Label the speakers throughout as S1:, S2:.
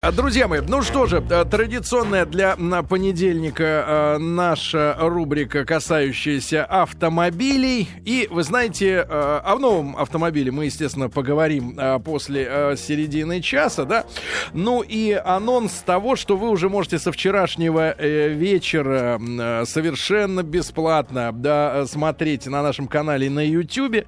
S1: А, Друзья мои, ну что же, э, традиционная для на понедельника э, наша рубрика, касающаяся автомобилей. И вы знаете, э, о новом автомобиле мы, естественно, поговорим э, после э, середины часа, да. Ну и анонс того, что вы уже можете со вчерашнего э, вечера м, э, совершенно бесплатно да, э, смотреть на нашем канале на YouTube, э,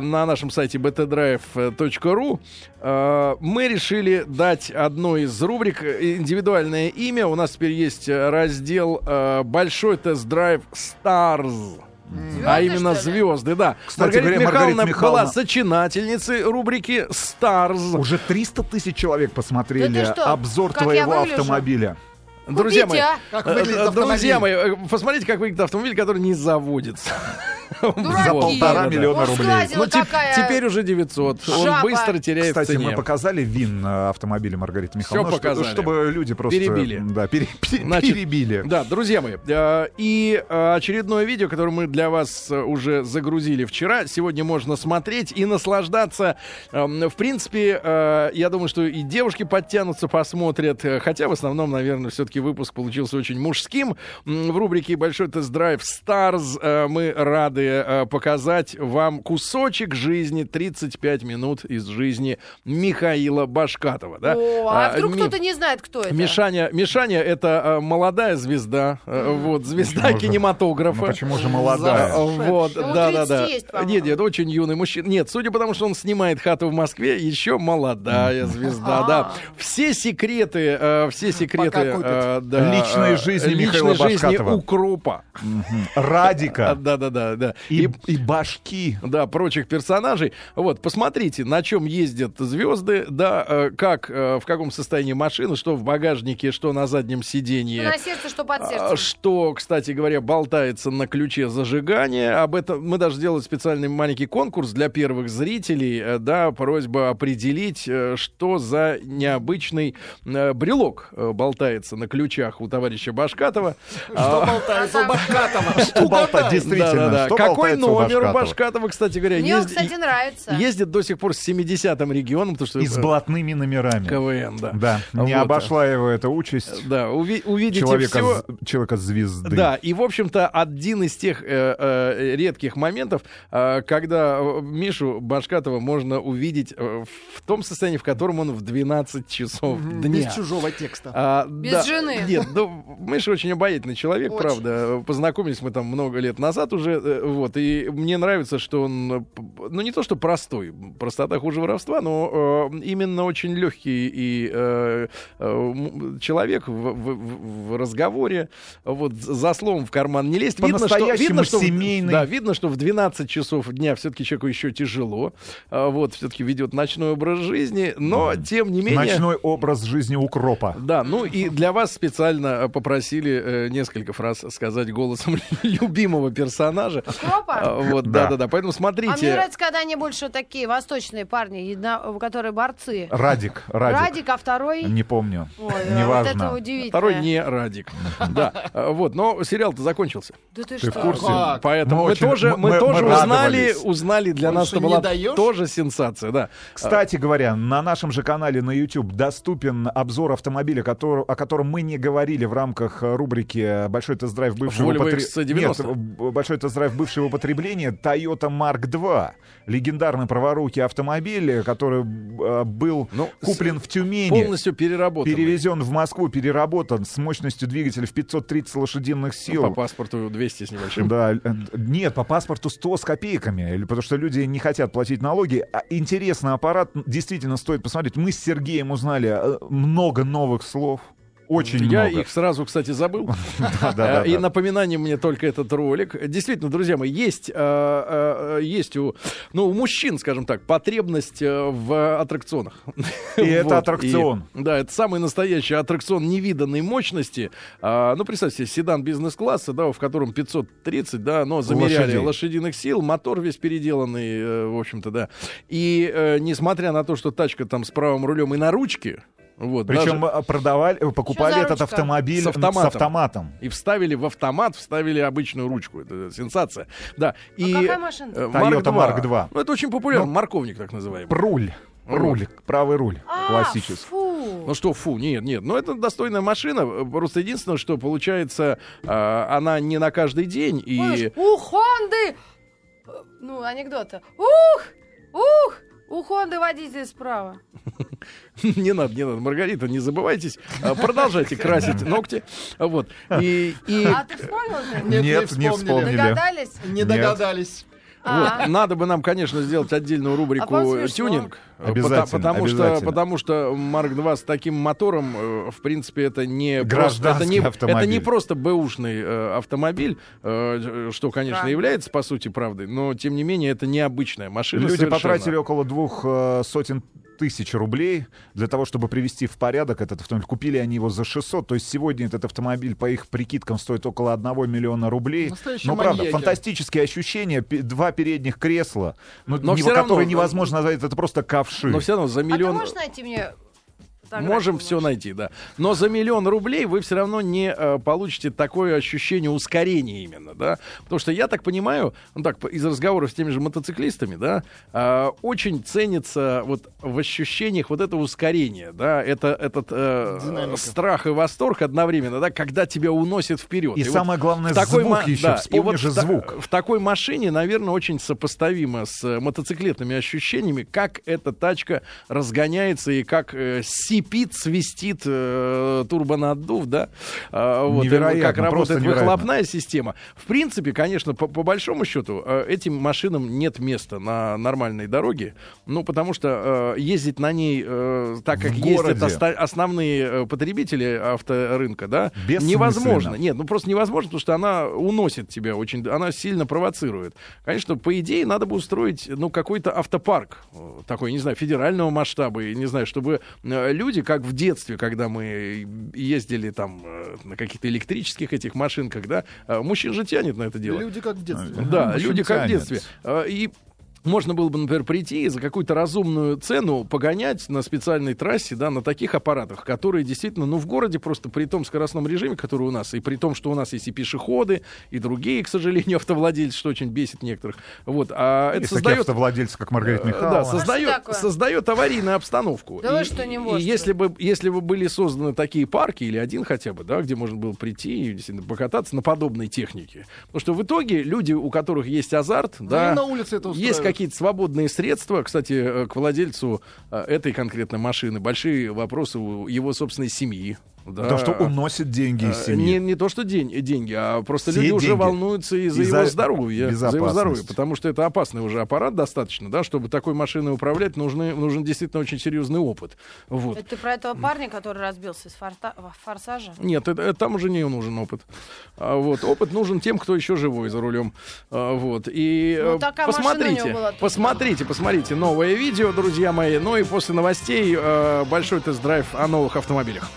S1: на нашем сайте btdrive.ru. Э, Мы решили дать одной из рубрик э, индивидуальное имя. У нас теперь есть э, раздел э, «Большой тест-драйв Stars». А
S2: Звёзды,
S1: именно
S2: что ли?
S1: звезды, да.
S3: Кстати
S1: Маргарита,
S3: говоря, Маргарита
S1: Михайловна
S3: Михайловна-
S1: была сочинательницей рубрики Stars.
S3: Уже 300 тысяч человек посмотрели
S2: Да ты что?
S3: обзор
S2: Как я
S3: твоего
S2: выгляжу?
S3: автомобиля.
S1: Друзья мои,
S2: Купите, а?
S4: Как
S1: э,
S4: выглядит
S1: э, друзья
S4: автомобиль?
S1: мои, э, посмотрите, как выглядит автомобиль, который не заводится.
S2: Дураки.
S1: Вот,
S3: полтора
S1: да-да-да.
S3: миллиона
S2: Вот
S3: рублей.
S2: сглазила
S1: Ну, теп-
S2: какая.
S1: теперь уже 900. Он
S2: жаба.
S1: быстро теряет в
S3: Кстати, мы
S1: цене.
S3: показали вин э, автомобиля Маргариты Михайловны, что-
S1: показали.
S3: чтобы люди просто...
S1: Перебили.
S3: Да, пере- пере-
S1: Значит,
S3: перебили.
S1: Да, друзья мои, э, и э, очередное видео, которое мы для вас э, уже загрузили вчера, сегодня можно смотреть и наслаждаться. Эм, В принципе, э, я думаю, что и девушки подтянутся, посмотрят, э, хотя в основном, наверное, все-таки выпуск получился очень мужским. М, В рубрике «Большой тест-драйв Stars» э, мы рады э, показать вам кусочек жизни, 35 минут из жизни Михаила Башкатова. Да?
S2: О, а
S1: А,
S2: вдруг
S1: ми-
S2: кто-то не знает, кто Типа, это?
S1: Мишаня, Мишаня это э, молодая звезда, э, вот звезда
S3: Почему же?
S1: кинематографа.
S3: Ну, почему же молодая?
S1: А, Вот,
S2: Ну,
S1: да, да, да.
S2: 30 есть, по-моему.
S1: Нет, нет, очень юный мужчина. Нет, судя по тому, что он снимает хату в Москве, еще молодая звезда, да.
S2: А.
S1: Все секреты, э, все секреты
S4: Пока купит.
S1: э, да,
S3: Личной
S1: э,
S3: жизни
S1: личной
S3: Михаила
S1: жизни
S3: Башкатова.
S1: укропа. А,
S3: Радика
S1: Да, да, да, да.
S3: и,
S1: И
S3: и башки.
S1: да, прочих персонажей. Вот, посмотрите, на чем ездят звезды, да, э, как, э, в каком состоянии машина, что в багажнике, что на заднем
S2: Что
S1: сиденье.
S2: Ну, на сердце, что под
S1: А,
S2: сердцем.
S1: Что, кстати говоря, болтается на ключе зажигания. Об этом мы даже делали специальный маленький конкурс для первых зрителей. Э, Да, просьба определить, э, что за необычный э, брелок э, болтается на ключах у товарища Башкатова.
S4: Что
S1: А,
S4: болтается у Башкатова?
S3: Что болтает действительно?
S1: да-да-да.
S3: Что
S1: Какой
S3: болтается у
S1: номер у
S3: Башкатова?
S1: Башкатова, кстати говоря,
S2: Мне он,
S1: езд-
S2: кстати, нравится.
S1: ездит до сих пор с 70-м регионом, потому что
S3: И с
S1: э,
S3: блатными номерами.
S1: КВН, да.
S3: Да, не
S1: А Вот.
S3: обошла его эта участь
S1: Да, уви- увидите
S3: человека,
S1: все.
S3: з- человека звезды.
S1: Да, и, в общем-то, один из тех э, э, редких моментов, э, когда э, Мишу Башкатова можно увидеть э, в том состоянии, в котором он в 12 часов
S4: Мгм,
S1: дня.
S4: Без чужого текста.
S1: А,
S2: Без жены.
S1: Нет, ну, Миша очень обаятельный человек,
S2: Очень.
S1: правда. Познакомились мы там много лет назад уже, э, вот. И мне нравится, что он, э, п- ну не то что простой, простота хуже воровства, но э, именно очень легкий и э, э, м- человек в, в- в разговоре. Вот з- за словом в карман не лезть.
S3: По-настоящему
S1: в-
S3: семейный.
S1: да, видно, что в 12 часов дня все-таки человеку еще тяжело. А, Вот все-таки ведет ночной образ жизни, но
S3: Мгм.
S1: тем не менее.
S3: Ночной образ жизни укропа.
S1: Да, ну и для вас специально э, попросили э, несколько фраз сказать голосом любимого персонажа. А,
S2: Кропа?
S1: Вот,
S3: Да.
S1: да, да, да. Поэтому
S2: А мне
S1: смотрите.
S2: нравится, когда они больше такие восточные парни, едно- которые борцы.
S3: Радик, Радик.
S2: Радик, а второй...
S3: Не помню.
S2: Ой, а вот это
S3: Неважно.
S2: удивительно.
S1: Второй не Радик. Да. а, Вот, но сериал-то закончился.
S2: Да ты,
S3: Ты в
S2: что?
S3: курсе?
S4: Как?
S1: Поэтому
S3: Мы
S1: мы
S3: очень-
S1: тоже,
S3: мы- мы
S1: мы тоже узнали,
S3: радовались.
S1: узнали для нас,
S4: Больше
S1: что
S4: не
S1: была
S4: даёшь?
S1: тоже сенсация, да.
S3: Кстати говоря, на нашем же канале на YouTube доступен обзор автомобиля, котор- о котором мы не говорили в рамках э, рубрики «Большой тест-драйв бывшего
S1: Volvo
S3: употре-
S1: XC90.
S3: Нет, б- «Большой тест-драйв бывшего употребления» Toyota Mark II. Легендарный праворукий автомобиль, который э, был
S1: Ну, с-
S3: куплен в Тюмени.
S1: Полностью переработан.
S3: Перевезен в Москву, переработан с мощностью двигателя в 530 лошадиных сил.
S1: Ну, По паспорту 200 с небольшим.
S3: Да, э, нет, по паспорту 100 с копейками, или потому что люди не хотят платить налоги. А Интересно, аппарат действительно стоит посмотреть. Мы с Сергеем узнали э, много новых слов. Очень
S1: Я
S3: много.
S1: их сразу, кстати, забыл.
S3: Да, да,
S1: Э, И
S3: да.
S1: напоминание мне только этот ролик. Действительно, друзья мои, есть, э, э, э, есть у, ну, у мужчин, скажем так, потребность э, в аттракционах.
S3: И это
S1: Вот,
S3: аттракцион.
S1: и, да, это самый настоящий аттракцион невиданной мощности. А, ну, представьте себе, седан бизнес-класса, да, в котором 530, да, но замеряли
S3: Лошадей.
S1: лошадиных сил, мотор весь переделанный, э, в общем-то, да. И э, несмотря на то, что тачка там с правым рулем и на ручке, вот, даже-
S3: Причем э, продавали, э, покупали
S2: за
S3: этот
S2: ручка?
S3: автомобиль
S1: С
S3: м,
S1: автоматом.
S3: автоматом.
S1: И вставили в автомат, вставили обычную ручку. Это сенсация. Да. И
S2: А Ну, какая машина?
S1: э, II.
S3: Toyota Mark II.
S1: Ну, это очень популярно. Морковник так называемый.
S3: Пруль. Рулик. Правый руль.
S2: А,
S3: Классический.
S2: Фу.
S1: Ну что, фу, нет, нет. Но это достойная машина. э, Просто единственное, что получается, э, она не на каждый день.
S2: Помнишь,
S1: И
S2: у Хонды... э, Ну, анекдота. Ух! Ух! У Хонды водитель справа.
S1: не надо, не надо. Маргарита, не забывайтесь. э, Продолжайте красить ногти. Вот. И, и
S2: А ты вспомнил? Жень?
S4: Нет, не
S3: Нет, не
S4: вспомнили.
S3: вспомнили.
S2: Догадались?
S4: Не догадались.
S2: А.
S1: Вот. Надо бы нам, конечно, сделать отдельную рубрику
S2: А вам смешно?
S1: тюнинг.
S3: Обязательно,
S1: Пота- Потому, Что,
S3: обязательно.
S1: потому что Марк 2 с таким мотором, э, в принципе, это не, просто, это
S3: Гражданский
S1: не, это
S3: автомобиль.
S1: не просто бэушный э, автомобиль, э, что, конечно,
S2: Да.
S1: является, по сути, правдой, но, тем не менее, это необычная машина
S3: Люди
S1: совершенно.
S3: потратили около двух э, сотен тысяч рублей для того, чтобы привести в порядок этот автомобиль. Купили они его за 600. То есть сегодня этот автомобиль, по их прикидкам, стоит около 1 миллиона рублей.
S4: Настоящие
S3: Ну, правда,
S4: маньяки.
S3: фантастические ощущения. Пе- Два передних кресла, ну,
S1: Но
S3: не-
S1: всё равно-
S3: которые невозможно назвать. Это просто ковши.
S1: Но все равно за
S2: А ты
S1: миллион...
S2: можешь найти мне фотографию
S1: Можем все
S2: вашу?
S1: найти, да. Но за миллион рублей вы все равно не э, получите такое ощущение ускорения именно, да. Потому что я так понимаю, ну так, по- из разговоров с теми же мотоциклистами, да, э, очень ценится вот в ощущениях вот это ускорение, да, это этот э,
S4: Динамика.
S1: страх и восторг одновременно, да, когда тебя уносит вперед.
S3: И, самое главное,
S1: в такой
S3: звук
S1: ма-
S3: еще.
S1: да, и
S3: Вспомни
S1: вот э,
S3: же
S1: в та-
S3: звук.
S1: В такой машине, наверное, очень сопоставимо с э, мотоциклетными ощущениями, как эта тачка разгоняется и как э, сипит, свистит э, турбонаддув, да? А, вот, и
S3: Невероятно,
S1: как
S3: просто
S1: работает
S3: невероятно.
S1: выхлопная система. В принципе, конечно, по, по большому счету, э, этим машинам нет места на нормальной дороге, ну, потому что э, ездить на ней э, так,
S3: В
S1: как ездят
S3: городе.
S1: оста- основные э, потребители авторынка, да,
S3: Бессмысленно.
S1: невозможно. Нет, ну просто невозможно, потому что она уносит тебя очень, она сильно провоцирует. Конечно, по идее, надо бы устроить, ну, какой-то автопарк, э, такой, не знаю, федерального масштаба, и не знаю, чтобы э, люди, как в детстве, когда мы ездили там э, на каких-то электрических этих машинках, да, э, мужчин же тянет на это дело.
S4: Люди как в детстве.
S1: Да,
S3: Мужчин
S1: люди как в
S3: тянет.
S1: детстве. А, И можно было бы, например, прийти и за какую-то разумную цену погонять на специальной трассе, да, на таких аппаратах, которые действительно, ну, в городе просто при том скоростном режиме, который у нас, и при том, что у нас есть и пешеходы, и другие, к сожалению, автовладельцы, что очень бесит некоторых. Вот, а это
S3: Есть такие
S1: создает...
S3: автовладельцы, как
S1: э,
S3: Маргарита Михайловна.
S1: Да, создает,
S2: А такое?
S1: создает аварийную обстановку.
S2: Да вы
S1: И-
S2: что, не
S1: и
S2: может
S1: если бы, если бы были созданы такие парки, или один хотя бы, да, где можно было прийти и действительно покататься на подобной технике. Потому что в итоге люди, у которых есть азарт,
S2: Ну,
S1: да,
S4: они на улице это
S1: есть
S4: устраивают.
S1: какие-то свободные средства. Кстати, э, к владельцу э, этой конкретной машины большие вопросы у его собственной семьи. Да.
S3: Потому что уносит деньги из
S1: Э,
S3: семьи.
S1: Не, не то, что день, деньги, а просто
S3: Все
S1: люди уже
S3: деньги.
S1: волнуются и за
S3: И
S1: его
S3: за
S1: здоровье. За его
S3: безопасность.
S1: здоровье. Потому что это опасный уже аппарат достаточно, да, чтобы такой машиной управлять, нужны, нужен действительно очень серьезный опыт. Вот.
S2: Это ты про этого парня, который разбился из форта- во- форсажа?
S1: Нет, это, это- там уже не нужен опыт. А, вот, опыт нужен тем, кто еще живой за рулем. А, вот, и
S2: Ну,
S1: э,
S2: такая машина у
S1: посмотрите,
S2: него была тут.
S1: посмотрите, посмотрите новое видео, друзья мои. Ну и после новостей э, большой тест-драйв о новых автомобилях.